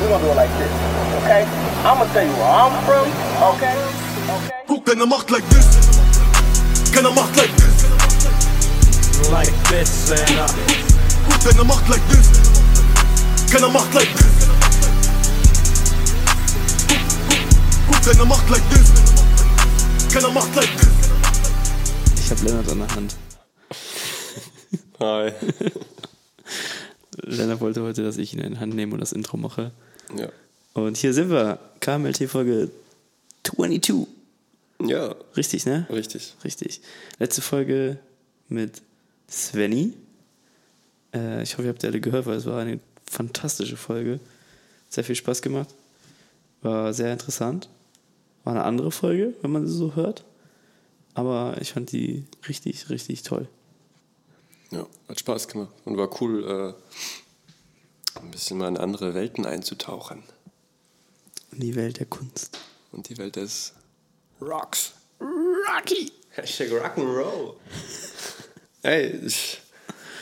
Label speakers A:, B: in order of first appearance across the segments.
A: We gonna do it like this, okay? I'm gonna tell you where I'm from, okay? Okay?
B: Guck, keiner macht like this. Keiner macht like this.
C: like this and I
B: Guck, keiner macht like this. Keiner macht like this. Guck, guck, keiner macht like this. Keiner macht like this.
D: Ich habe Lennart an der Hand.
E: Hi.
D: Lennart wollte heute, dass ich ihn in die Hand nehme und das Intro mache.
E: Ja.
D: Und hier sind wir. KMLT Folge 22.
E: Ja,
D: Richtig, ne?
E: richtig.
D: Richtig. Letzte Folge mit Svenny. Äh, ich hoffe, ihr habt die alle gehört, weil es war eine fantastische Folge. Hat Sehr viel Spaß gemacht. War sehr interessant. War eine andere Folge, wenn man sie so hört. Aber ich fand die richtig, richtig toll.
E: Ja, hat Spaß gemacht und war cool, äh, ein bisschen mal in andere Welten einzutauchen.
D: In die Welt der Kunst.
E: Und die Welt des Rocks. Rocky. Hashtag Rock'n'Roll. Ey, ich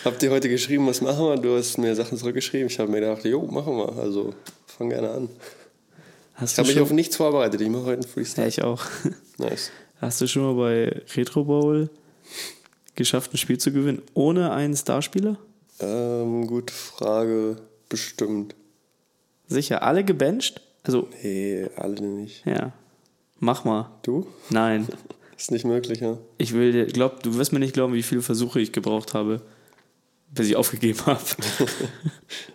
E: hab dir heute geschrieben, was machen wir? Du hast mir Sachen zurückgeschrieben. Ich habe mir gedacht, jo, machen wir. Also, fang gerne an.
D: Hast
E: Ich habe
D: du
E: mich
D: schon?
E: auf nichts vorbereitet. Ich mache heute einen Freestyle.
D: ja, ich auch.
E: Nice.
D: Hast du schon mal bei Retro Bowl geschafft, ein Spiel zu gewinnen, ohne einen Starspieler?
E: Ähm, gute Frage. Bestimmt.
D: Sicher, alle gebencht? Also,
E: Nee, alle nicht.
D: ja. Mach mal.
E: Du?
D: Nein.
E: Ist nicht möglich, ja?
D: Ich will dir, glaub, du wirst mir nicht glauben, wie viele Versuche ich gebraucht habe, bis ich aufgegeben habe.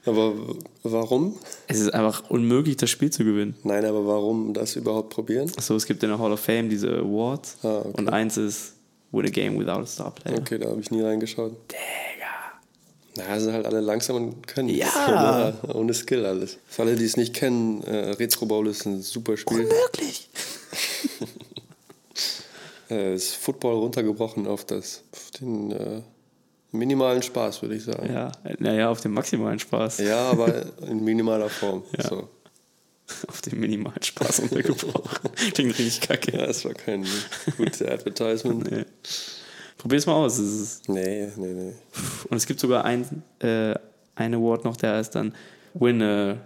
E: Aber w- warum?
D: es ist einfach unmöglich, das Spiel zu gewinnen.
E: Nein, aber warum das überhaupt probieren?
D: Achso, es gibt in der Hall of Fame diese Awards.
E: Ah, okay.
D: Und eins ist Win a Game Without a Star Player.
E: Okay, da habe ich nie reingeschaut. Digga. Na, sind halt alle langsam und können. nichts.
D: Ja.
E: Ja, Ohne Skill alles. Für alle, die es nicht kennen, äh, Retro Bowl ist ein super Spiel.
D: Unmöglich!
E: Äh, ist Football runtergebrochen auf das, auf den äh, minimalen Spaß, würde ich sagen.
D: Ja, naja, auf den maximalen Spaß.
E: Ja, aber in minimaler Form.
D: Ja.
E: Ja. So.
D: Auf den minimalen Spaß untergebrochen. Klingt richtig kacke.
E: ja, das war kein gutes Advertisement.
D: Nee. Probier's mal aus. Es ist
E: Nee, nee, nee.
D: Und es gibt sogar ein, äh, ein Award noch, der heißt dann Win a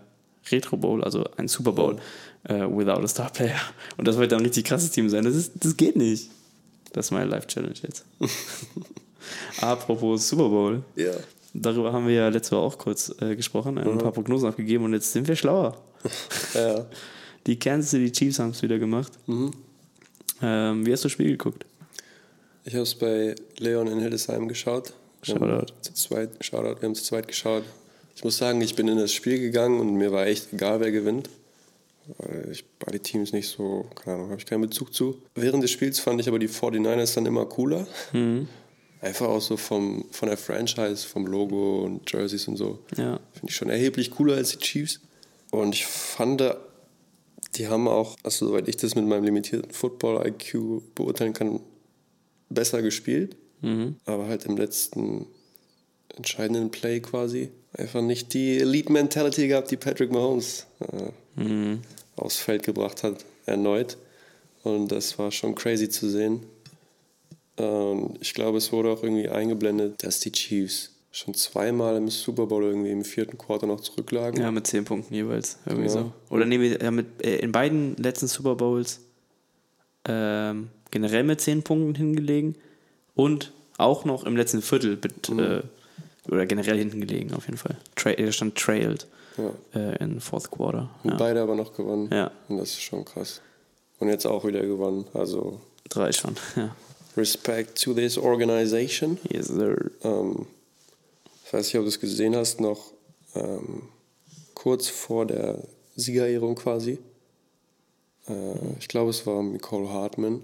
D: Retro Bowl, also ein Super Bowl äh, without a Star Player. Und das wird dann ein richtig krasses Team sein. Das, ist, das geht nicht. Das ist meine Live-Challenge jetzt. Apropos Super Bowl.
E: Ja. Mhm.
D: Darüber haben wir ja letzte Woche auch kurz äh, gesprochen, ein paar Prognosen abgegeben und jetzt sind wir schlauer.
E: Ja. Mhm.
D: Die Kansas City Chiefs haben es wieder gemacht. Ähm, wie hast du das Spiel geguckt?
E: Ich habe es bei Leon in Hildesheim geschaut. Wir haben
D: Shoutout.
E: Zu zweit, Shoutout. Wir haben zu zweit geschaut. Ich muss sagen, ich bin in das Spiel gegangen und mir war echt egal, wer gewinnt. Weil ich bei den Teams nicht so, keine Ahnung, habe ich keinen Bezug zu. Während des Spiels fand ich aber die 49ers dann immer cooler. Einfach auch so vom, von der Franchise, vom Logo und Jerseys und so.
D: Ja.
E: Finde ich schon erheblich cooler als die Chiefs. Und ich fand, die haben auch, also soweit ich das mit meinem limitierten Football-IQ beurteilen kann, besser gespielt.
D: Mhm.
E: Aber halt im letzten entscheidenden Play quasi einfach nicht die Elite-Mentality gehabt, die Patrick Mahomes äh,
D: Mhm.
E: aufs Feld gebracht hat, erneut. Und das war schon crazy zu sehen. Ähm, ich glaube, es wurde auch irgendwie eingeblendet, dass die Chiefs schon zweimal im Super Bowl irgendwie im vierten Quarter noch zurücklagen.
D: Ja, mit zehn Punkten jeweils. Irgendwie
E: Ja.
D: so. Oder nee, wir- ja, mit, äh, in beiden letzten Super Bowls ähm, generell mit zehn Punkten hingelegen und auch noch im letzten Viertel mit,
E: Mhm.
D: äh, oder generell hinten gelegen auf jeden Fall. Tra da stand trailed
E: Ja.
D: äh, in fourth quarter.
E: Und
D: Ja,
E: beide aber noch gewonnen.
D: Ja.
E: Und das ist schon krass. Und jetzt auch wieder gewonnen. Also
D: drei schon. Ja.
E: Respect to this organization.
D: Yes, sir.
E: Ähm, ich weiß nicht, ob du es gesehen hast, noch ähm, kurz vor der Siegerehrung quasi. Äh, ich glaube, es war Nicole Hartman,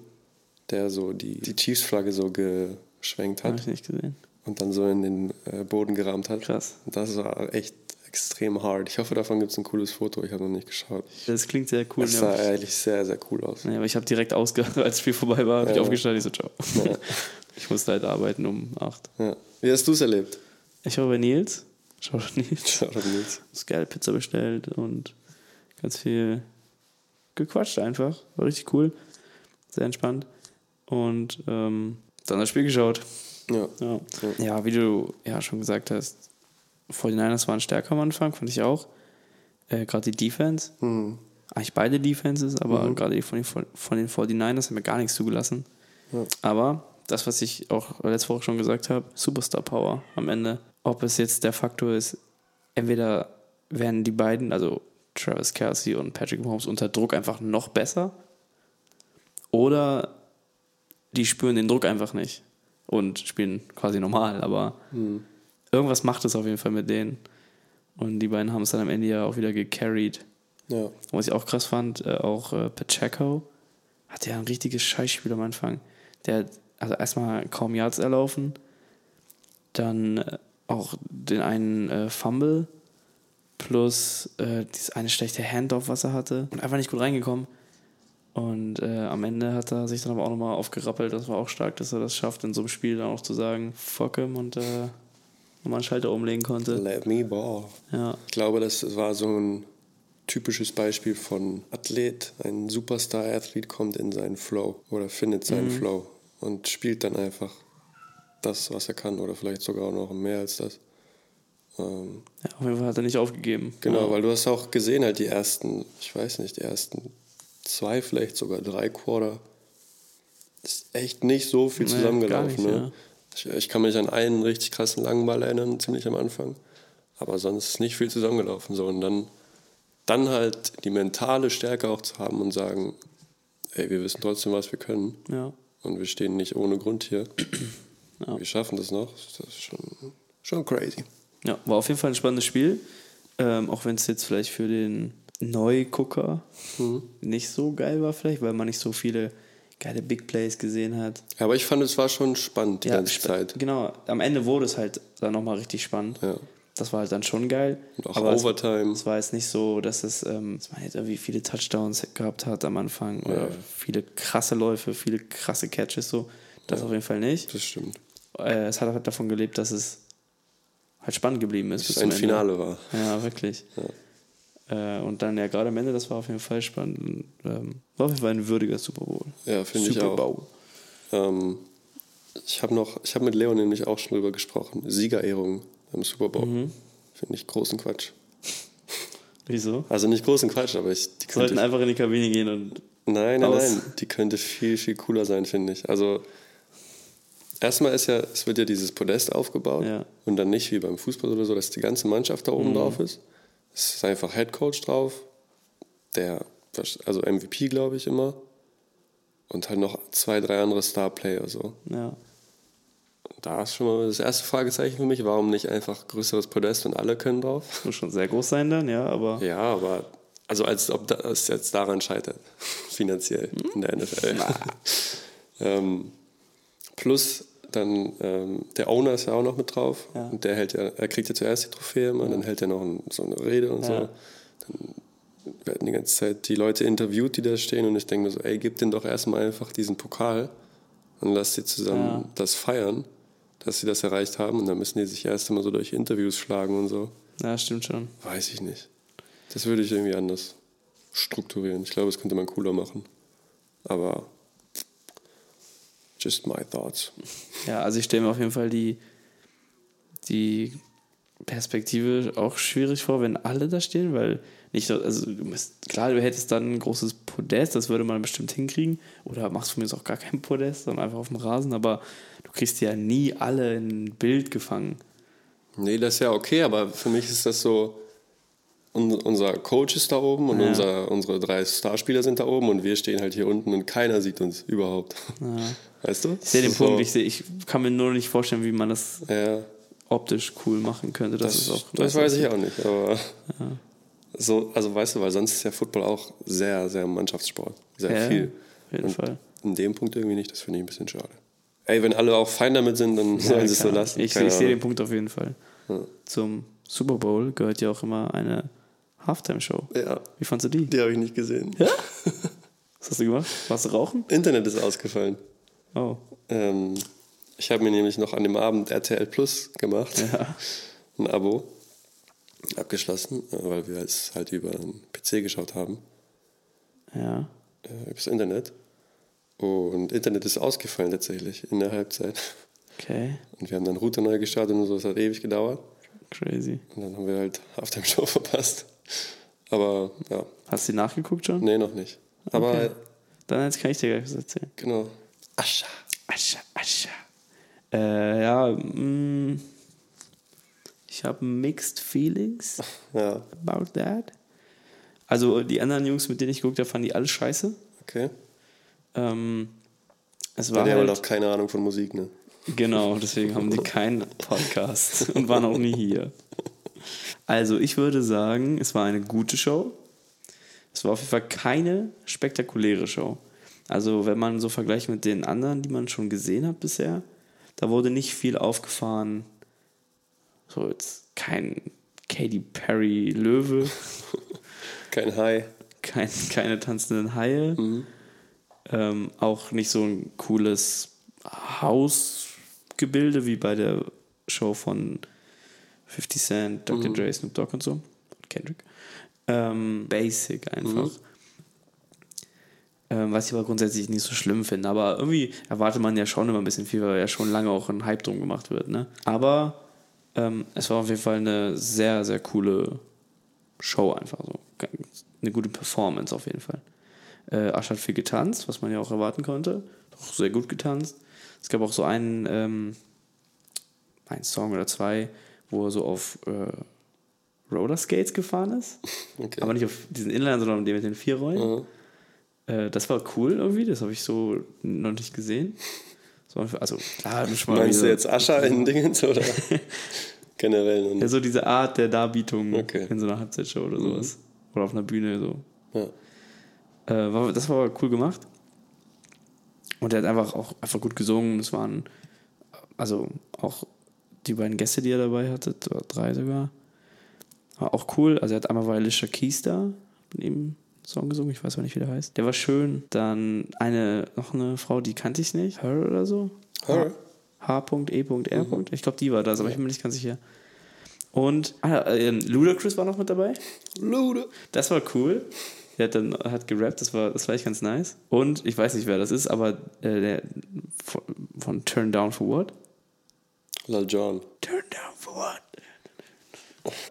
E: der so die, die Chiefs-Flagge so geschwenkt
D: Habe
E: hat
D: ich nicht gesehen.
E: und dann so in den äh, Boden gerahmt hat.
D: Krass.
E: Und Das war echt extrem hard. Ich hoffe, davon gibt es ein cooles Foto. Ich habe noch nicht geschaut.
D: Das klingt sehr cool.
E: das
D: ja.
E: sah ehrlich sehr, sehr cool aus.
D: Nee, aber ich habe direkt ausgehört, als das Spiel vorbei war, habe ich
E: Ja.
D: aufgestanden. Ich so, ciao. Ich musste halt arbeiten um acht.
E: Ja. Wie hast du es erlebt?
D: Ich war bei Nils. Schau doch Nils.
E: Schau doch, Nils.
D: uns geile Pizza bestellt und ganz viel gequatscht einfach. War richtig cool. Sehr entspannt. Und ähm, dann das Spiel geschaut.
E: Ja.
D: Ja. ja, wie du ja schon gesagt hast, 49ers waren stärker am Anfang, fand ich auch. äh, gerade die Defense. Eigentlich beide Defenses, aber gerade die von den, von den 49ers haben wir gar nichts zugelassen. Aber das, was ich auch letzte Woche schon gesagt habe, Superstar Power am Ende. Ob es jetzt der Faktor ist, entweder werden die beiden, also Travis Kelsey und Patrick Mahomes, unter Druck einfach noch besser oder die spüren den Druck einfach nicht und spielen quasi normal, aber irgendwas macht es auf jeden Fall mit denen. Und die beiden haben es dann am Ende ja auch wieder gecarried.
E: Ja.
D: Und Was ich auch krass fand, äh, auch äh, Pacheco hatte ja ein richtiges Scheißspiel am Anfang. Der hat also erstmal kaum Yards erlaufen, dann äh, auch den einen äh, Fumble plus äh, dieses eine schlechte Handoff, was er hatte und einfach nicht gut reingekommen. Und äh, am Ende hat er sich dann aber auch nochmal aufgerappelt. Das war auch stark, dass er das schafft, in so einem Spiel dann auch zu sagen, fuck him und äh, nochmal einen Schalter umlegen konnte.
E: Let me ball.
D: Ja,
E: Ich glaube, das war so ein typisches Beispiel von Athlet. Ein Superstar-Athlet kommt in seinen Flow oder findet seinen Flow und spielt dann einfach das, was er kann oder vielleicht sogar auch noch mehr als das. Ähm,
D: ja, auf jeden Fall hat er nicht aufgegeben.
E: Genau,
D: ja.
E: weil du hast auch gesehen, halt die ersten, ich weiß nicht, die ersten zwei, vielleicht sogar drei Quarter, ist echt nicht so viel
D: Nee, gar
E: zusammengelaufen.
D: nicht,
E: ne? ich, ich kann mich an einen richtig krassen langen Ball erinnern, ziemlich am Anfang. Aber sonst ist nicht viel zusammengelaufen. So. Und dann, dann halt die mentale Stärke auch zu haben und sagen, ey, wir wissen trotzdem, was wir können.
D: Ja.
E: Und wir stehen nicht ohne Grund hier.
D: Ja.
E: Wir schaffen das noch. Das ist schon, schon crazy.
D: Ja, war auf jeden Fall ein spannendes Spiel. Ähm, auch wenn es jetzt vielleicht für den Neugucker
E: Mhm.
D: nicht so geil war, vielleicht, weil man nicht so viele geile Big Plays gesehen hat.
E: Aber ich fand, es war schon spannend die ganze
D: sp-
E: Zeit.
D: Genau, am Ende wurde es halt dann nochmal richtig spannend.
E: Ja.
D: Das war halt dann schon geil.
E: Und auch
D: es-
E: Overtime.
D: Es war jetzt nicht so, dass es, ähm, dass man jetzt irgendwie viele Touchdowns gehabt hat am Anfang oder viele krasse Läufe, viele krasse Catches so. Das auf jeden Fall nicht.
E: Das stimmt.
D: Äh, es hat halt davon gelebt, dass es halt spannend geblieben ist.
E: Dass
D: bis
E: es
D: zum
E: ein
D: Ende.
E: Finale war.
D: Ja, wirklich. Äh, und dann ja gerade am Ende, das war auf jeden Fall spannend. Und, ähm, war auf jeden Fall ein würdiger Super Bowl.
E: Ja, finde ich
D: Super
E: auch.
D: Bowl.
E: Ähm, ich habe noch, ich habe mit Leo nämlich auch schon drüber gesprochen. Siegerehrung im Super Bowl.
D: Mhm.
E: Finde ich großen Quatsch.
D: Wieso?
E: Also nicht großen Quatsch, aber ich, die könnte,
D: Sollten einfach in die Kabine gehen und.
E: nein, nein,
D: aus.
E: nein, die könnte viel, viel cooler sein, finde ich. Also erstmal ist ja, es wird ja dieses Podest aufgebaut
D: Ja. Mhm.
E: und dann nicht wie beim Fußball oder so, dass die ganze Mannschaft da oben drauf ist. Es ist einfach Head Coach drauf, der, also MVP glaube ich immer und halt noch zwei, drei andere Star Player so.
D: Ja.
E: Da ist schon mal das erste Fragezeichen für mich, warum nicht einfach größeres Podest und alle können drauf?
D: Muss schon sehr groß sein dann, ja, aber.
E: Ja, aber also als ob da- es jetzt daran scheitert, finanziell
D: Hm?
E: in der NFL.
D: Ah.
E: ähm, plus dann ähm, der Owner ist ja auch noch mit drauf
D: Ja.
E: und der hält ja, er kriegt ja zuerst die Trophäe immer, dann hält er noch ein, so eine Rede und
D: Ja.
E: so. Dann werden die ganze Zeit die Leute interviewt, die da stehen und ich denke mir so, ey, gib denen doch erstmal einfach diesen Pokal und lass sie zusammen
D: Ja.
E: das feiern, dass sie das erreicht haben und dann müssen die sich erst immer so durch Interviews schlagen und so.
D: Ja, stimmt schon.
E: Weiß ich nicht. Das würde ich irgendwie anders strukturieren. Ich glaube, das könnte man cooler machen. Aber just my thoughts.
D: Ja, also ich stelle mir auf jeden Fall die, die Perspektive auch schwierig vor, wenn alle da stehen, weil nicht, so- also du müsst, klar, du hättest dann ein großes Podest, das würde man bestimmt hinkriegen, oder machst von mir aus auch gar kein Podest, sondern einfach auf dem Rasen, aber du kriegst ja nie alle in ein Bild gefangen.
E: Nee, das ist ja okay, aber für mich ist das so, un unser Coach ist da oben und
D: Ja.
E: unser, unsere drei Starspieler sind da oben und wir stehen halt hier unten und keiner sieht uns überhaupt. Weißt du?
D: Ich sehe den Punkt, ich, seh, ich kann mir nur nicht vorstellen, wie man das
E: Ja,
D: optisch cool machen könnte. Das,
E: das,
D: ist auch also
E: das weiß ich auch nicht, aber so, also weißt du, weil sonst ist ja Football auch sehr, sehr Mannschaftssport. Sehr
D: Ja,
E: viel.
D: auf jeden
E: Und
D: Fall.
E: In dem Punkt irgendwie nicht, das finde ich ein bisschen schade. Ey, wenn alle auch fein damit sind, dann sollen sie es so
D: keine
E: lassen.
D: Ahnung. Ich,
E: Keine
D: ich sehe den
E: Ahnung.
D: Punkt auf jeden Fall. Zum Super Bowl gehört ja auch immer eine Halftime-Show.
E: Ja,
D: Wie fandst du die?
E: die habe ich nicht gesehen.
D: Was hast du gemacht? Warst du rauchen?
E: Internet ist ausgefallen.
D: Oh.
E: Ähm, ich habe mir nämlich noch an dem Abend RTL Plus gemacht. Ein Abo. Abgeschlossen, äh, weil wir es halt über den PC geschaut haben.
D: Ja.
E: äh, übers Internet. Und Internet ist ausgefallen tatsächlich in der Halbzeit.
D: Okay.
E: Und wir haben dann Router neu gestartet und so, es hat ewig gedauert.
D: Crazy.
E: Und dann haben wir halt auf dem Show verpasst. Aber ja,
D: Hast du die nachgeguckt schon?
E: nee, noch nicht. Aber
D: Okay. Dann jetzt kann ich dir gleich was erzählen.
E: genau. Ascha.
D: Ascha, Ascha. Äh, ja, mm, ich habe mixed feelings
E: Ja,
D: about that. Also die anderen Jungs, mit denen ich geguckt habe, fanden die alle scheiße.
E: okay.
D: Ähm, es
E: Ja,
D: war
E: die haben
D: halt,
E: halt auch keine Ahnung von Musik, ne?
D: Genau, deswegen haben die keinen Podcast und waren auch nie hier. Also, ich würde sagen, es war eine gute Show. Es war auf jeden Fall keine spektakuläre Show. Also, wenn man so vergleicht mit den anderen, die man schon gesehen hat bisher, da wurde nicht viel aufgefahren. So, jetzt kein Katy Perry Löwe,
E: Kein High.
D: kein, keine tanzenden Haie. Ähm, auch nicht so ein cooles Hausgebilde wie bei der Show von 50 Cent, Dr. Dre, Snoop Dogg und so. Und Kendrick. Ähm, basic einfach. Ähm, was ich aber grundsätzlich nicht so schlimm finde. Aber irgendwie erwartet man ja schon immer ein bisschen viel, weil ja schon lange auch ein Hype drum gemacht wird. Ne? Aber ähm, es war auf jeden Fall eine sehr, sehr coole Show einfach so. Eine gute Performance auf jeden Fall. Äh, Asch hat viel getanzt, was man ja auch erwarten konnte. Auch sehr gut getanzt. Es gab auch so einen, ähm, einen Song oder zwei, wo er so auf äh, Rollerskates gefahren ist.
E: Okay.
D: Aber nicht auf diesen Inline, sondern auf den mit den Vierrollen.
E: Mhm.
D: Äh, das war cool irgendwie, das habe ich so noch nicht gesehen. So, also klar, hat mich schon mal
E: Meinst du
D: wieder-
E: jetzt Ascha in Dingens oder generell? Und,
D: Ja, so diese Art der Darbietung
E: Okay. Mhm.
D: in so einer Halbzeitshow oder sowas. Oder auf einer Bühne so.
E: ja.
D: Äh, war, das war cool gemacht. Und er hat einfach auch einfach gut gesungen. Es waren, also auch die beiden Gäste, die er dabei hatte, oder drei sogar, war auch cool. Also er hat einmal war Alicia Keys da, mit ihm einen Song gesungen, ich weiß auch nicht, wie der heißt. Der war schön. Dann eine, noch eine Frau, die kannte ich nicht, Her oder so.
E: Her?
D: H.E.R. Ich glaube, die war das, aber ich bin mir nicht ganz sicher. Und ah, äh, Ludacris war noch mit dabei.
E: Lude.
D: Das war cool. Der hat dann hat gerappt, das war, das war echt ganz nice. Und ich weiß nicht, wer das ist, aber äh, der von, von Turn Down for What?
E: Lal John.
D: Turn Down for What?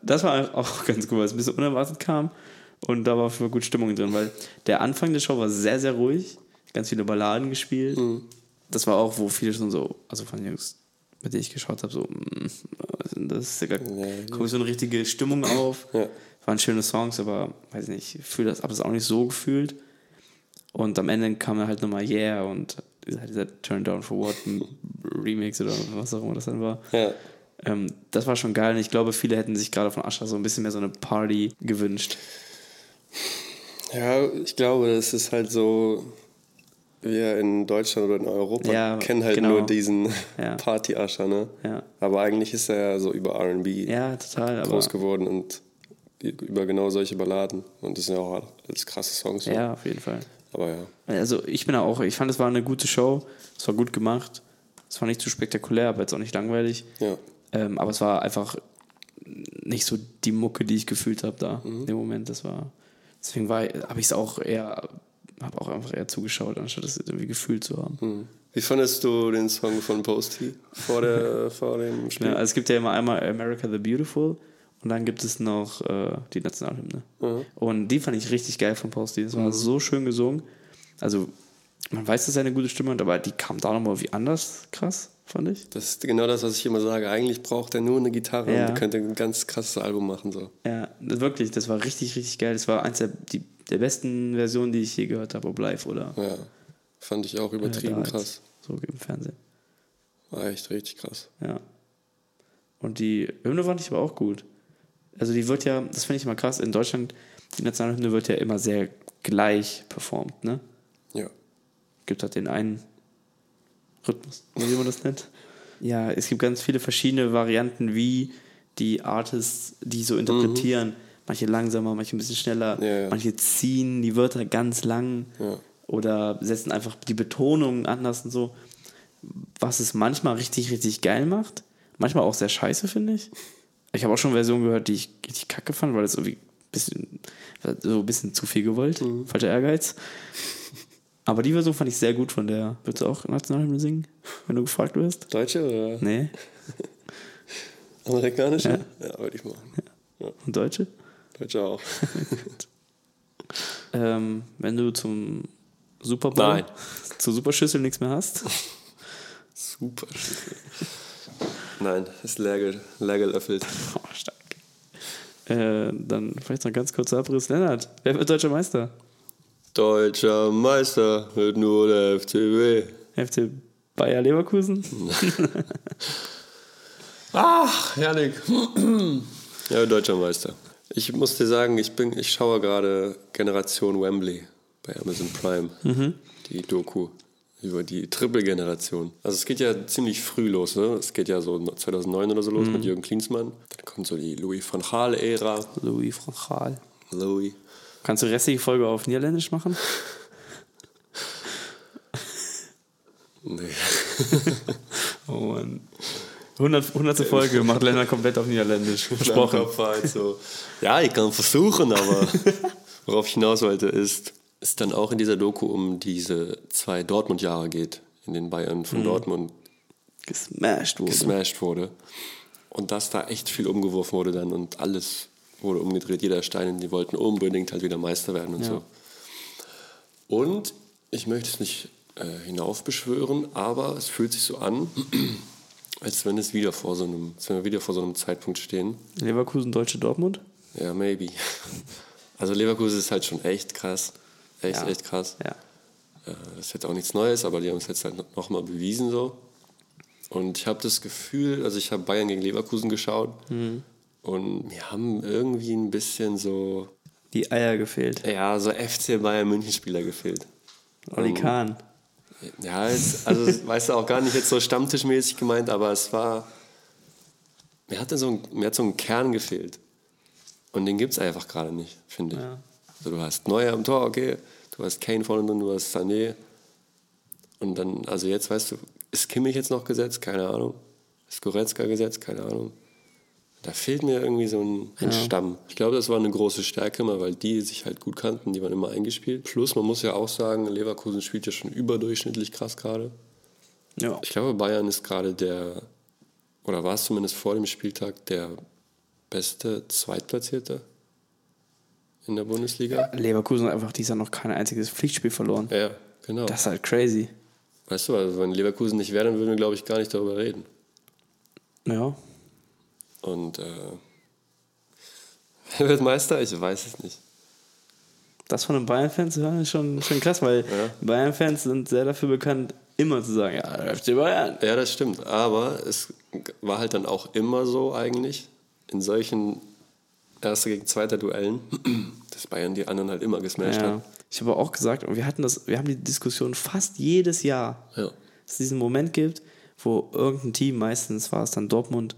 D: Das war auch ganz cool, weil es ein bisschen unerwartet kam und da war für gut Stimmung drin, weil der Anfang der Show war sehr, sehr ruhig. Ganz viele Balladen gespielt. Das war auch, wo viele schon so, also von den Jungs, mit denen ich geschaut habe, so, mm, was ist denn das ist ja gar,
E: Ja.
D: kommt so eine richtige Stimmung auf.
E: Ja.
D: Waren schöne Songs, aber weiß nicht, ich fühle das, habe es auch nicht so gefühlt. Und am Ende kam dann halt nochmal Yeah und dieser- dieser Turn Down for What Remix oder was auch immer das dann war.
E: Ja.
D: Ähm, das war schon geil und ich glaube, viele hätten sich gerade von Ascha so ein bisschen mehr so eine Party gewünscht.
E: Ja, ich glaube, das ist halt so, wir in Deutschland oder in Europa
D: Ja,
E: kennen halt
D: genau.
E: nur diesen
D: Ja.
E: Party-Ascher, ne?
D: Ja.
E: Aber eigentlich ist er ja so über RB
D: Ja, total. Aber,
E: groß geworden und über genau solche Balladen. Und das sind ja auch alles krasse Songs. so.
D: ja, auf jeden Fall.
E: Aber ja.
D: Also ich bin da auch, ich fand, es war eine gute Show. Es war gut gemacht. Es war nicht zu spektakulär, aber jetzt auch nicht langweilig.
E: Ja.
D: Ähm, aber es war einfach nicht so die Mucke, die ich gefühlt habe da in dem Moment. Das war. Deswegen war habe ich es auch eher, habe auch einfach eher zugeschaut, anstatt es irgendwie gefühlt zu haben.
E: Wie fandest du den Song von Posty vor, der, vor dem Spiel?
D: Ja, also es gibt ja immer einmal America the Beautiful und dann gibt es noch äh, die Nationalhymne.
E: Mhm.
D: Und die fand ich richtig geil von Posty. Das war so schön gesungen. Also man weiß, dass er eine gute Stimme hat, aber die kam da nochmal wie anders krass, fand ich.
E: Das ist genau das, was ich immer sage. Eigentlich braucht er nur eine Gitarre
D: Ja.
E: und er könnte ein ganz krasses Album machen. So.
D: Ja, das- Äh, wirklich, das war richtig, richtig geil. Das war eins der, die, der besten Versionen, die ich je gehört habe, ob live oder
E: Ja. Fand ich auch übertrieben
D: äh, da
E: krass.
D: als- So im Fernsehen.
E: War echt richtig krass.
D: Ja. Und die Hymne fand ich aber auch gut. Also die wird ja, das finde ich immer krass, in Deutschland, die Nationalhymne wird ja immer sehr gleich performt, ne?
E: Ja.
D: Gibt halt den einen Rhythmus, oder wie man das nennt. Ja, es gibt ganz viele verschiedene Varianten, wie die Artists die so interpretieren. Manche langsamer, manche ein bisschen schneller,
E: Mhm. Ja, ja.
D: manche ziehen die Wörter ganz lang
E: Ja.
D: oder setzen einfach die Betonung anders und so. Was es manchmal richtig, richtig geil macht, manchmal auch sehr scheiße, finde ich. Ich habe auch schon Versionen gehört, die ich richtig kacke fand, weil das irgendwie ein bisschen, so ein bisschen zu viel gewollt,
E: Mhm.
D: falscher Ehrgeiz. Aber die Version fand ich sehr gut von der. Würdest du auch Nationalhymne singen, wenn du gefragt wirst?
E: Deutsche oder
D: Nee.
E: amerikanische? Ja, würde ich machen.
D: Und Deutsche?
E: Deutsche auch.
D: Ähm, wenn du zum Super Bowl,
E: Nein.
D: zur Superschüssel nichts mehr hast,
E: Super. Nein, ist leer, ge- leer gelöffelt.
D: oh, stark. Äh, dann vielleicht noch ein ganz kurzer Abriss. Lennart, wer wird deutscher Meister?
E: Deutscher Meister wird nur der FCW.
D: FC Bayer Leverkusen?
E: Ach, herrlich. ja, deutscher Meister. Ich muss dir sagen, ich, bin, ich schaue gerade Generation Wembley bei Amazon Prime. Die Doku über die Triple-Generation. Also es geht ja ziemlich früh los. Ne? Es geht ja so 2009 oder so los mit Jürgen Klinsmann. Dann kommt so die Louis van Gaal-Ära.
D: Louis Franchal.
E: Louis.
D: Kannst du die restliche Folge auf Niederländisch machen?
E: Nee.
D: Oh Mann. 100, 100. Folge macht Lennart komplett auf Niederländisch.
E: Im
D: Versprochen.
E: Kopf war Halt so, ja, ich kann versuchen, aber worauf ich hinaus wollte, ist, es dann auch in dieser Doku um diese zwei Dortmund-Jahre geht, in denen Bayern von Dortmund
D: Gesmashed wurde.
E: gesmashed wurde. Und dass da echt viel umgeworfen wurde dann und alles wurde umgedreht, jeder Stein, und die wollten unbedingt halt wieder Meister werden und so. Und ich möchte es nicht äh, hinaufbeschwören, aber es fühlt sich so an, als wenn es wieder vor so einem, als wenn wir wieder vor so einem Zeitpunkt stehen,
D: Leverkusen, Deutsche Dortmund?
E: ja, maybe. Also Leverkusen ist halt schon echt krass. Echt, echt krass.
D: Ja.
E: Äh, Das ist jetzt auch nichts Neues, aber die haben es jetzt halt nochmal bewiesen so. Und ich habe das Gefühl, also ich habe Bayern gegen Leverkusen geschaut
D: Mhm.
E: und wir haben irgendwie ein bisschen so,
D: Die Eier gefehlt.
E: ja, so FC Bayern München Spieler gefehlt.
D: Oli
E: Oh.
D: Kahn.
E: Ja, es, also es- weißt du auch gar nicht jetzt so stammtischmäßig gemeint, aber es war. Mir hat, so ein, mir hat so ein Kern gefehlt. Und den gibt es einfach gerade nicht, finde ich.
D: Ja.
E: Also du hast Neuer am Tor, okay. Du hast Kane vorne drin, du hast Sané. Und dann, also jetzt weißt du, ist Kimmich jetzt noch gesetzt? Keine Ahnung. Ist Goretzka gesetzt? Keine Ahnung. Da fehlt mir irgendwie so ein, ein Stamm. Ich glaube, das war eine große Stärke immer, weil die sich halt gut kannten, die waren immer eingespielt. Plus, man muss ja auch sagen, Leverkusen spielt ja schon überdurchschnittlich krass gerade.
D: Ja.
E: Ich glaube, Bayern ist gerade der, oder war es zumindest vor dem Spieltag, der beste Zweitplatzierte in der Bundesliga.
D: Leverkusen hat einfach dieses Jahr noch kein einziges Pflichtspiel verloren.
E: Ja, genau.
D: Das ist halt crazy.
E: Weißt du, also wenn Leverkusen nicht wäre, dann würden wir, glaube ich, gar nicht darüber reden.
D: Ja.
E: Und äh, wer wird Meister? Ich weiß es nicht.
D: Das von den Bayern-Fans zu hören ist schon, schon krass, weil Bayern-Fans sind sehr dafür bekannt, immer zu sagen, ja, der FC Bayern.
E: Ja, das stimmt. Aber es war halt dann auch immer so eigentlich in solchen Erster gegen Zweiter Duellen, dass Bayern die anderen halt immer gesmashed
D: Ja.
E: hat.
D: Ich habe auch gesagt, und wir hatten das, wir haben die Diskussion fast jedes Jahr,
E: Ja.
D: dass es diesen Moment gibt, wo irgendein Team, meistens war es dann Dortmund,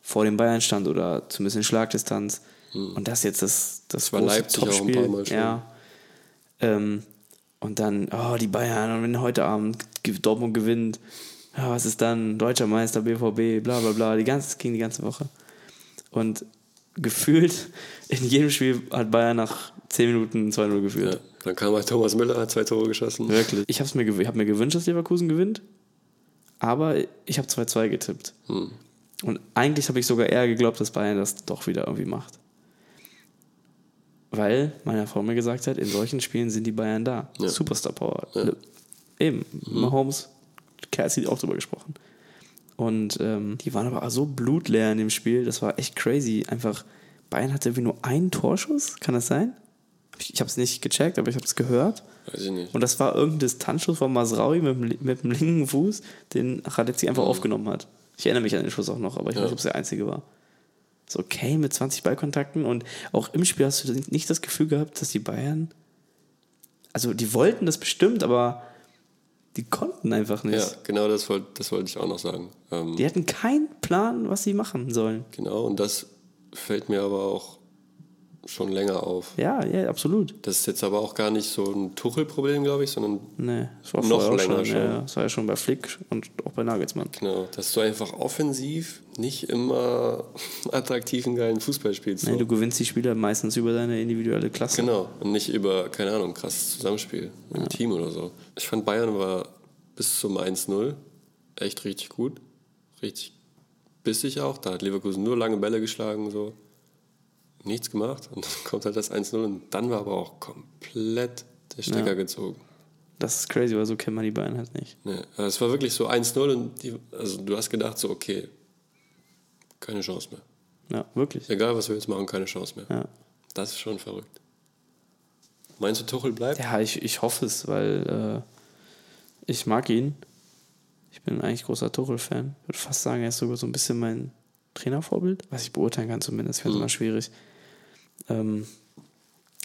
D: vor dem Bayern stand oder zumindest in Schlagdistanz. Und das jetzt das, das
E: Hm. war
D: große
E: Leipzig auch ein
D: Topspiel.
E: paar Mal schon.
D: Ja. Ähm, und dann, oh, die Bayern, und wenn heute Abend ge- Dortmund gewinnt, ja, was ist dann? Deutscher Meister, BVB, bla bla bla. Die ganze, das ging die ganze Woche. Und gefühlt in jedem Spiel hat Bayern nach 10 Minuten 2-0 geführt.
E: Ja. Dann kam halt Thomas Müller, hat zwei Tore geschossen.
D: Wirklich. Ich habe mir, gew- ich hab mir gewünscht, dass Leverkusen gewinnt, aber ich habe 2-2 getippt.
E: Hm.
D: Und eigentlich habe ich sogar eher geglaubt, dass Bayern das doch wieder irgendwie macht. Weil meine Frau mir gesagt hat, in solchen Spielen sind die Bayern da.
E: Ja. Hm.
D: Superstar Power. Eben, Mahomes, Kelsey hat auch drüber gesprochen. Und ähm, die waren aber so blutleer in dem Spiel, das war echt crazy. Einfach, Bayern hatte irgendwie nur einen Torschuss, kann das sein? Ich, ich habe es nicht gecheckt, aber ich habe es gehört.
E: Weiß ich nicht.
D: Und das war irgendein Distanzschuss von Masraui mit, dem li- mit dem linken Fuß, den Radetzky
E: Mhm.
D: einfach aufgenommen hat. Ich erinnere mich an den Schuss auch noch, aber ich weiß nicht, ob es der einzige war. Ist okay mit 20 Ballkontakten und auch im Spiel hast du nicht das Gefühl gehabt, dass die Bayern. Also, die wollten das bestimmt, aber die konnten einfach nicht.
E: Ja, genau das wollte das wollte ich auch noch sagen. Ähm,
D: Die hatten keinen Plan, was sie machen sollen.
E: Genau, und das fällt mir aber auch schon länger auf.
D: Ja, ja, absolut.
E: Das ist jetzt aber auch gar nicht so ein Tuchel-Problem, glaube ich, sondern
D: Nee, das war
E: Noch
D: vorher auch
E: länger
D: schon.
E: schon.
D: Ja, ja. das war ja schon bei Flick und auch bei Nagelsmann.
E: Genau, dass du einfach offensiv nicht immer attraktiven, geilen Fußball spielst. So.
D: Nee, du gewinnst die Spieler meistens über deine individuelle Klasse.
E: genau, und nicht über, keine Ahnung, krasses Zusammenspiel im Team oder so. Ich fand, Bayern war bis zum 1-0 echt richtig gut. Richtig bissig auch. Da hat Leverkusen nur lange Bälle geschlagen. so nichts gemacht. Und dann kommt halt das 1-0 und dann war aber auch komplett der Stecker
D: Ja.
E: gezogen.
D: Das ist crazy, weil so kennt man die Bayern halt nicht.
E: Nee, also es war wirklich so 1-0 und die, also du hast gedacht so, okay, keine Chance mehr.
D: Ja, wirklich.
E: Egal, was wir jetzt machen, keine Chance mehr.
D: Ja.
E: Das ist schon verrückt. Meinst du, Tuchel bleibt?
D: Ja, ich, ich hoffe es, weil äh, ich mag ihn. Ich bin eigentlich großer Tuchel-Fan. Ich würde fast sagen, er ist sogar so ein bisschen mein Trainervorbild, was ich beurteilen kann zumindest. Wäre
E: Mhm.
D: immer schwierig. Ähm,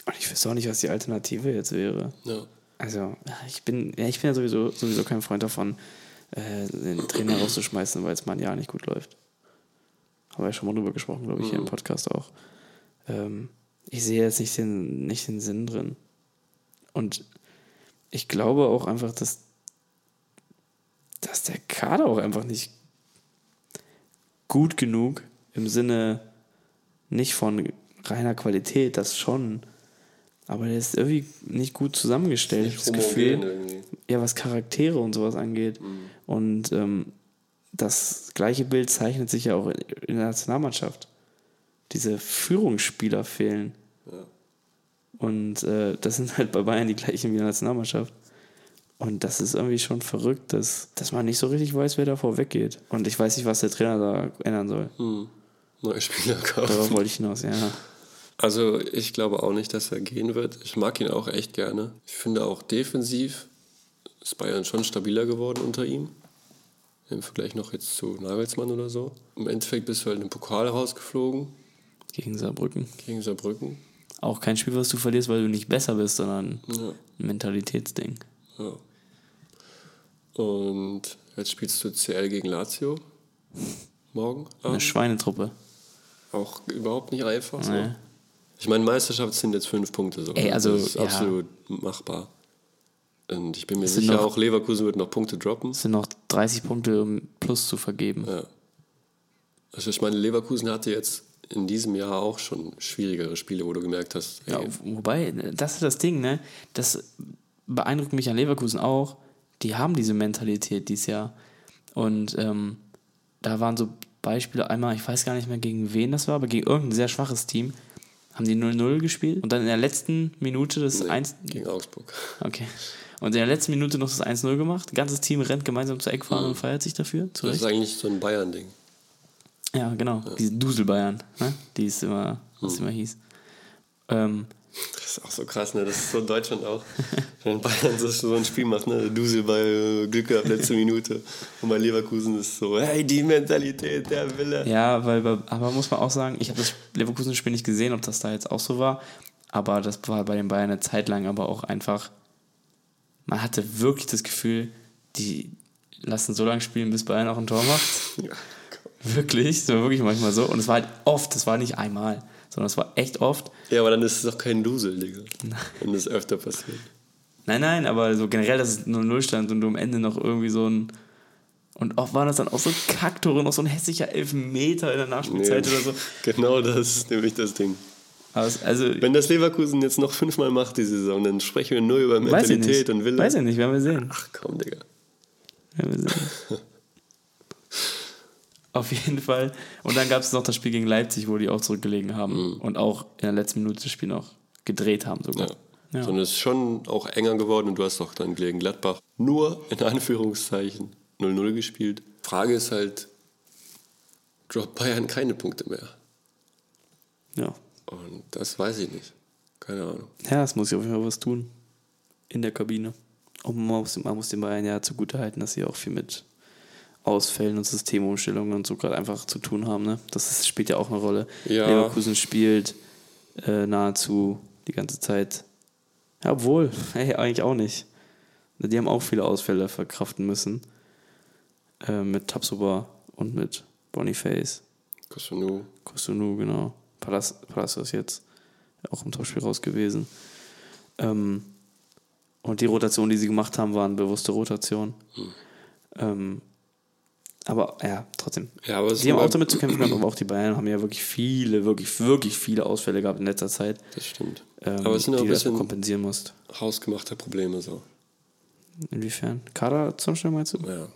D: und ich wüsste auch nicht, was die Alternative jetzt wäre.
E: Ja.
D: Also, ja, ich bin ja, ich bin ja sowieso, sowieso kein Freund davon, äh, den Trainer rauszuschmeißen, weil es mal ein Jahr nicht gut läuft. Haben wir ja schon mal drüber gesprochen, glaube ich, hier im Podcast auch. Ähm, ich sehe jetzt nicht den, nicht den Sinn drin. Und ich glaube auch einfach, dass, dass der Kader auch einfach nicht gut genug im Sinne nicht von reiner Qualität, das schon, aber der ist irgendwie nicht gut zusammengestellt. Ich hab das Gefühl,
E: Homogen irgendwie.
D: ja, was Charaktere und sowas angeht.
E: Mhm.
D: Und ähm, das gleiche Bild zeichnet sich ja auch in- in der Nationalmannschaft. Diese Führungsspieler fehlen.
E: Ja.
D: Und äh, das sind halt bei Bayern die gleichen wie in der Nationalmannschaft. Und das ist irgendwie schon verrückt, dass, dass man nicht so richtig weiß, wer davor weggeht. Und ich weiß nicht, was der Trainer da ändern soll.
E: Hm. Neue Spieler kaufen.
D: Darauf wollte ich hinaus, ja.
E: Also ich glaube auch nicht, dass er gehen wird. Ich mag ihn auch echt gerne. Ich finde auch defensiv ist Bayern schon stabiler geworden unter ihm. Im Vergleich noch jetzt zu Nagelsmann oder so. Im Endeffekt bist du halt im Pokal rausgeflogen
D: Gegen Saarbrücken.
E: gegen Saarbrücken.
D: Auch kein Spiel, was du verlierst, weil du nicht besser bist, sondern
E: Ja.
D: ein Mentalitätsding.
E: Ja. Und jetzt spielst du CL gegen Lazio. Morgen.
D: Eine
E: Abend.
D: Schweinetruppe.
E: Auch überhaupt nicht einfach. So.
D: Nee.
E: Ich meine, Meisterschaft sind jetzt fünf Punkte. So.
D: Ey, also,
E: das ist
D: ja.
E: absolut machbar. Und ich bin mir
D: Es sind
E: sicher,
D: noch-
E: auch Leverkusen wird noch Punkte droppen.
D: Es sind noch 30 Punkte um plus zu vergeben.
E: Ja. Also ich meine, Leverkusen hatte jetzt in diesem Jahr auch schon schwierigere Spiele, wo du gemerkt hast, ey,
D: Ja, wobei, das ist das Ding, ne? Das beeindruckt mich an Leverkusen auch. Die haben diese Mentalität dieses Jahr. Und ähm, da waren so Beispiele einmal, ich weiß gar nicht mehr gegen wen das war, aber gegen irgendein sehr schwaches Team haben die 0-0 gespielt und dann in der letzten Minute das
E: nee,
D: 1
E: gegen Augsburg.
D: okay. Und in der letzten Minute noch das 1-0 gemacht. Ganzes Team rennt gemeinsam zur Eckfahne und feiert sich dafür. Zu
E: Mhm. Das
D: Recht.
E: ist eigentlich so ein Bayern-Ding.
D: Ja, genau. Diese Dusel-Bayern, ne? die es immer, was immer hieß. Ähm,
E: Das ist auch so krass, ne? Das ist so in Deutschland auch. Wenn Bayern so- so ein Spiel macht, ne? Dusel bei äh, Glück gehabt, letzte Minute. Und bei Leverkusen ist so, hey, die Mentalität, der Wille.
D: Ja, weil bei, aber muss man auch sagen, ich habe das Leverkusen-Spiel nicht gesehen, ob das da jetzt auch so war. Aber das war bei den Bayern eine Zeit lang aber auch einfach. Man hatte wirklich das Gefühl, die lassen so lange spielen, bis Bayern auch ein Tor macht.
E: Ja.
D: Wirklich, so wirklich manchmal so. Und es war halt oft, das war nicht einmal, sondern es war echt oft.
E: aber dann ist es doch kein Dusel, Digga. Wenn das öfter passiert.
D: Nein, nein, aber so generell, dass es 0-0 stand und du am Ende noch irgendwie so ein. Und oft waren das dann auch so Kacktore, noch so ein hässlicher Elfmeter in der Nachspielzeit oder so.
E: Genau das ist nämlich das Ding.
D: Aber es, also,
E: Wenn das Leverkusen jetzt noch fünfmal macht die Saison, dann sprechen wir nur über
D: weiß ich
E: Mentalität
D: nicht.
E: und Wille.
D: Weiß ich nicht, werden wir sehen.
E: Ach komm, Digga.
D: Ja, wir sehen. Auf jeden Fall. Und dann gab es noch das Spiel gegen Leipzig, wo die auch zurückgelegen haben und auch in der letzten Minute das Spiel noch gedreht haben sogar.
E: Mhm. Ja.
D: Ja.
E: Sondern es ist schon auch enger geworden und du hast auch dann gegen Gladbach nur in Anführungszeichen 0-0 gespielt. Frage ist halt, droppt Bayern keine Punkte mehr?
D: Ja.
E: Und das weiß ich nicht. Keine Ahnung.
D: ja, es muss ja auf jeden Fall was tun. In der Kabine. Und man muss, man muss den Bayern ja zugutehalten, dass sie auch viel mit Ausfällen und Systemumstellungen und so gerade einfach zu tun haben. Ne? Das ist, spielt ja auch eine Rolle.
E: Ja.
D: Leverkusen spielt äh, nahezu die ganze Zeit. Ja, obwohl, hey, eigentlich auch nicht. Die haben auch viele Ausfälle verkraften müssen. Äh, mit Tapsoba und mit Boniface.
E: Kosunu,
D: Kostunu, genau. Palas- Palacios ist jetzt auch im Topspiel raus gewesen. Ähm, und die Rotation, die sie gemacht haben, waren bewusste Rotation.
E: Hm.
D: Ähm, aber ja, trotzdem.
E: Ja, aber es
D: die haben
E: war-
D: auch damit zu kämpfen gehabt, aber auch die Bayern haben ja wirklich viele, wirklich, wirklich viele Ausfälle gehabt in letzter Zeit,
E: das stimmt.
D: ähm,
E: Aber es sind auch
D: die
E: ein
D: du erstmal
E: bisschen
D: kompensieren musst.
E: hausgemachte Probleme so.
D: Inwiefern? Kader zum Beispiel meinst du?
E: Ja.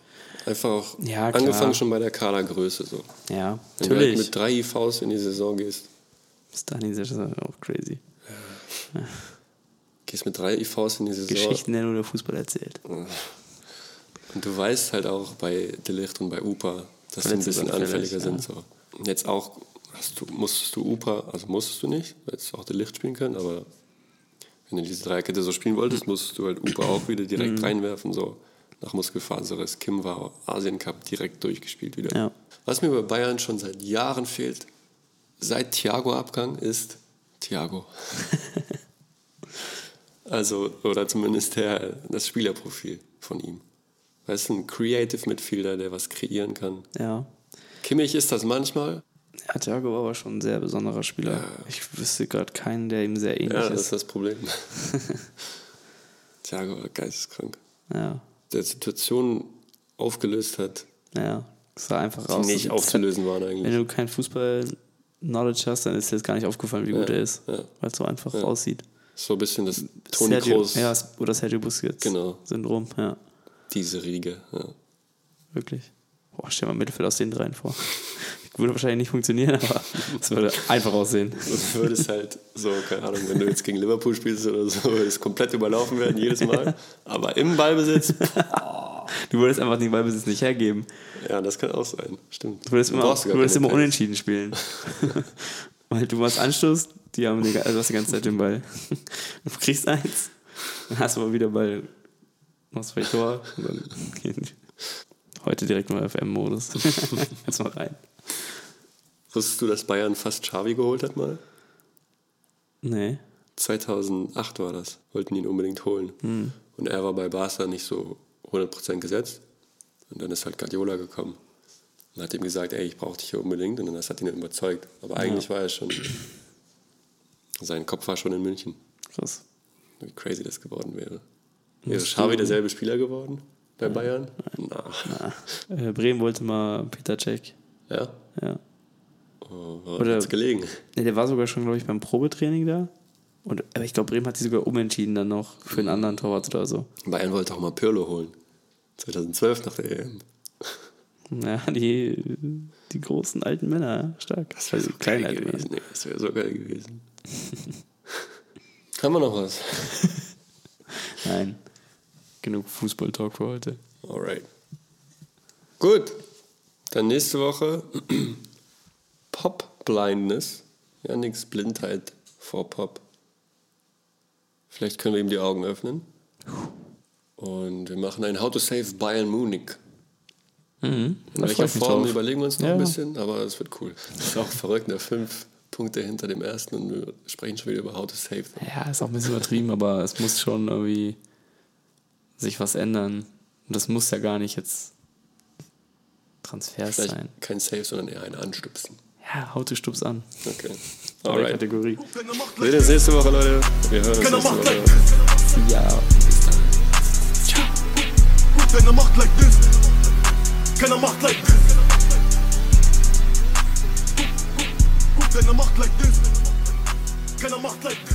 E: Einfach auch
D: Ja, klar.
E: angefangen schon bei der Kadergröße so.
D: Ja,
E: Wenn du halt
D: natürlich.
E: mit drei IVs in die Saison gehst,
D: Stanisic ist auch crazy.
E: Gehst mit drei IVs in die Saison.
D: Geschichten, die nur der Fußball erzählt.
E: Und du weißt halt auch bei Delicht und bei Upa, dass die ein bisschen
D: Verletzungsanfällig,
E: anfälliger sind. So. Und Jetzt auch hast du, musstest du Upa, also musstest du nicht, weil es auch Delicht spielen kann, aber wenn du diese Dreikette so spielen wolltest, musstest du halt Upa auch wieder direkt
D: Mhm.
E: reinwerfen, so nach Muskelfaserriss. Kim war Asien Cup direkt durchgespielt wieder.
D: Ja.
E: Was mir bei Bayern schon seit Jahren fehlt, seit Thiago-Abgang, ist Thiago. Also, oder zumindest der, das Spielerprofil von ihm. Weißt du, ein Creative Midfielder, der was kreieren kann.
D: Ja.
E: Kimmich ist das manchmal.
D: Ja, Thiago war aber schon ein sehr besonderer Spieler. Ich wüsste gerade keinen, der ihm sehr ähnlich
E: Ja, das
D: ist.
E: ist das Problem. Thiago, geisteskrank.
D: Ja,
E: Der Situation aufgelöst hat,
D: ja. Es sah einfach
E: die
D: raus. Also,
E: nicht aufzulösen waren
D: Wenn
E: eigentlich.
D: du kein Fußball-Knowledge hast, dann ist dir das gar nicht aufgefallen, wie gut er ist.
E: ja.
D: Weil es so einfach aussieht.
E: So ein bisschen das Toni
D: Sergio,
E: Kroos,
D: Ja, oder Sergio Busquets.
E: Genau.
D: Syndrom, ja.
E: diese Riege. Ja.
D: Wirklich. Boah, stell mal ein Mittelfeld aus den dreien vor. würde wahrscheinlich nicht funktionieren, aber es würde einfach aussehen.
E: Du würdest halt so, keine Ahnung, wenn du jetzt gegen Liverpool spielst oder so, würdest komplett überlaufen werden jedes Mal. Aber im Ballbesitz,
D: Du würdest einfach den Ballbesitz nicht hergeben.
E: ja, das kann auch sein. Stimmt.
D: Du würdest immer,
E: brauchst
D: du
E: gar
D: würdest
E: keine
D: immer
E: Players.
D: unentschieden spielen. Weil du machst Anstoß, die haben die, also du hast die ganze Zeit den Ball. Du kriegst eins, dann hast du mal wieder Ball, machst vielleicht Tor. Und dann gehen die- Heute direkt mal FM-Modus. Jetzt mal rein.
E: Wusstest du, dass Bayern fast Xavi geholt hat mal?
D: Nee.
E: 2008 war das. Wollten ihn unbedingt holen. Und er war bei Barca nicht so 100% gesetzt. Und dann ist halt Guardiola gekommen. Und hat ihm gesagt, ey, ich brauche dich hier unbedingt. Und dann das hat ihn überzeugt. Aber eigentlich war er schon... Sein Kopf war schon in München.
D: Krass.
E: Wie crazy das geworden wäre. Wäre Xavi derselbe Spieler geworden bei Bayern? Na.
D: Äh, Bremen wollte mal Peter Cech.
E: Ja?
D: Ja.
E: Oh,
D: Oder-
E: Oder hat's gelegen.
D: Nee, der war sogar schon, glaube ich, beim Probetraining da. Und, aber ich glaube, Bremen hat sich sogar umentschieden dann noch für einen anderen Torwart oder so.
E: Bayern wollte auch mal Pirlo holen. 2012 nach der E EM.
D: Ja, die, die großen alten Männer, ja, stark.
E: Das wäre so
D: die
E: geil
D: kleinen alten Männer.
E: gewesen. ey. Das wäre so geil gewesen. Haben wir noch was?
D: Nein. Genug Fußball-Talk für heute.
E: Alright. Gut. Dann nächste Woche Pop Blindness. Ja, nix Blindheit vor Pop. Vielleicht können wir ihm die Augen öffnen. Und wir machen ein How to Save Bayern Munich. In
D: Da freu
E: welcher
D: Mhm. ich mich
E: Form
D: drauf.
E: überlegen wir uns noch
D: Ja.
E: ein bisschen, aber es wird cool. Das ist auch verrückt, ne? fünf Punkte hinter dem ersten und wir sprechen schon wieder über How to Save.
D: Ja, ist auch ein bisschen übertrieben, aber es muss schon irgendwie sich was ändern. Und das muss ja gar nicht jetzt Transfers
E: Vielleicht
D: sein.
E: kein Save, sondern eher ein Anstupsen.
D: Ja, haut die Stups an.
E: Okay.
D: Neue
E: Alright.
D: Kategorie.
B: Keine Macht
E: Wir sehen uns nächste Woche, Leute. Wir hören uns
B: Keine
E: nächste
B: Macht
E: Woche.
B: like this.
D: Ja.
B: Keine Macht like this. Keine Macht like this. Keine Macht like this. Keine Macht like this.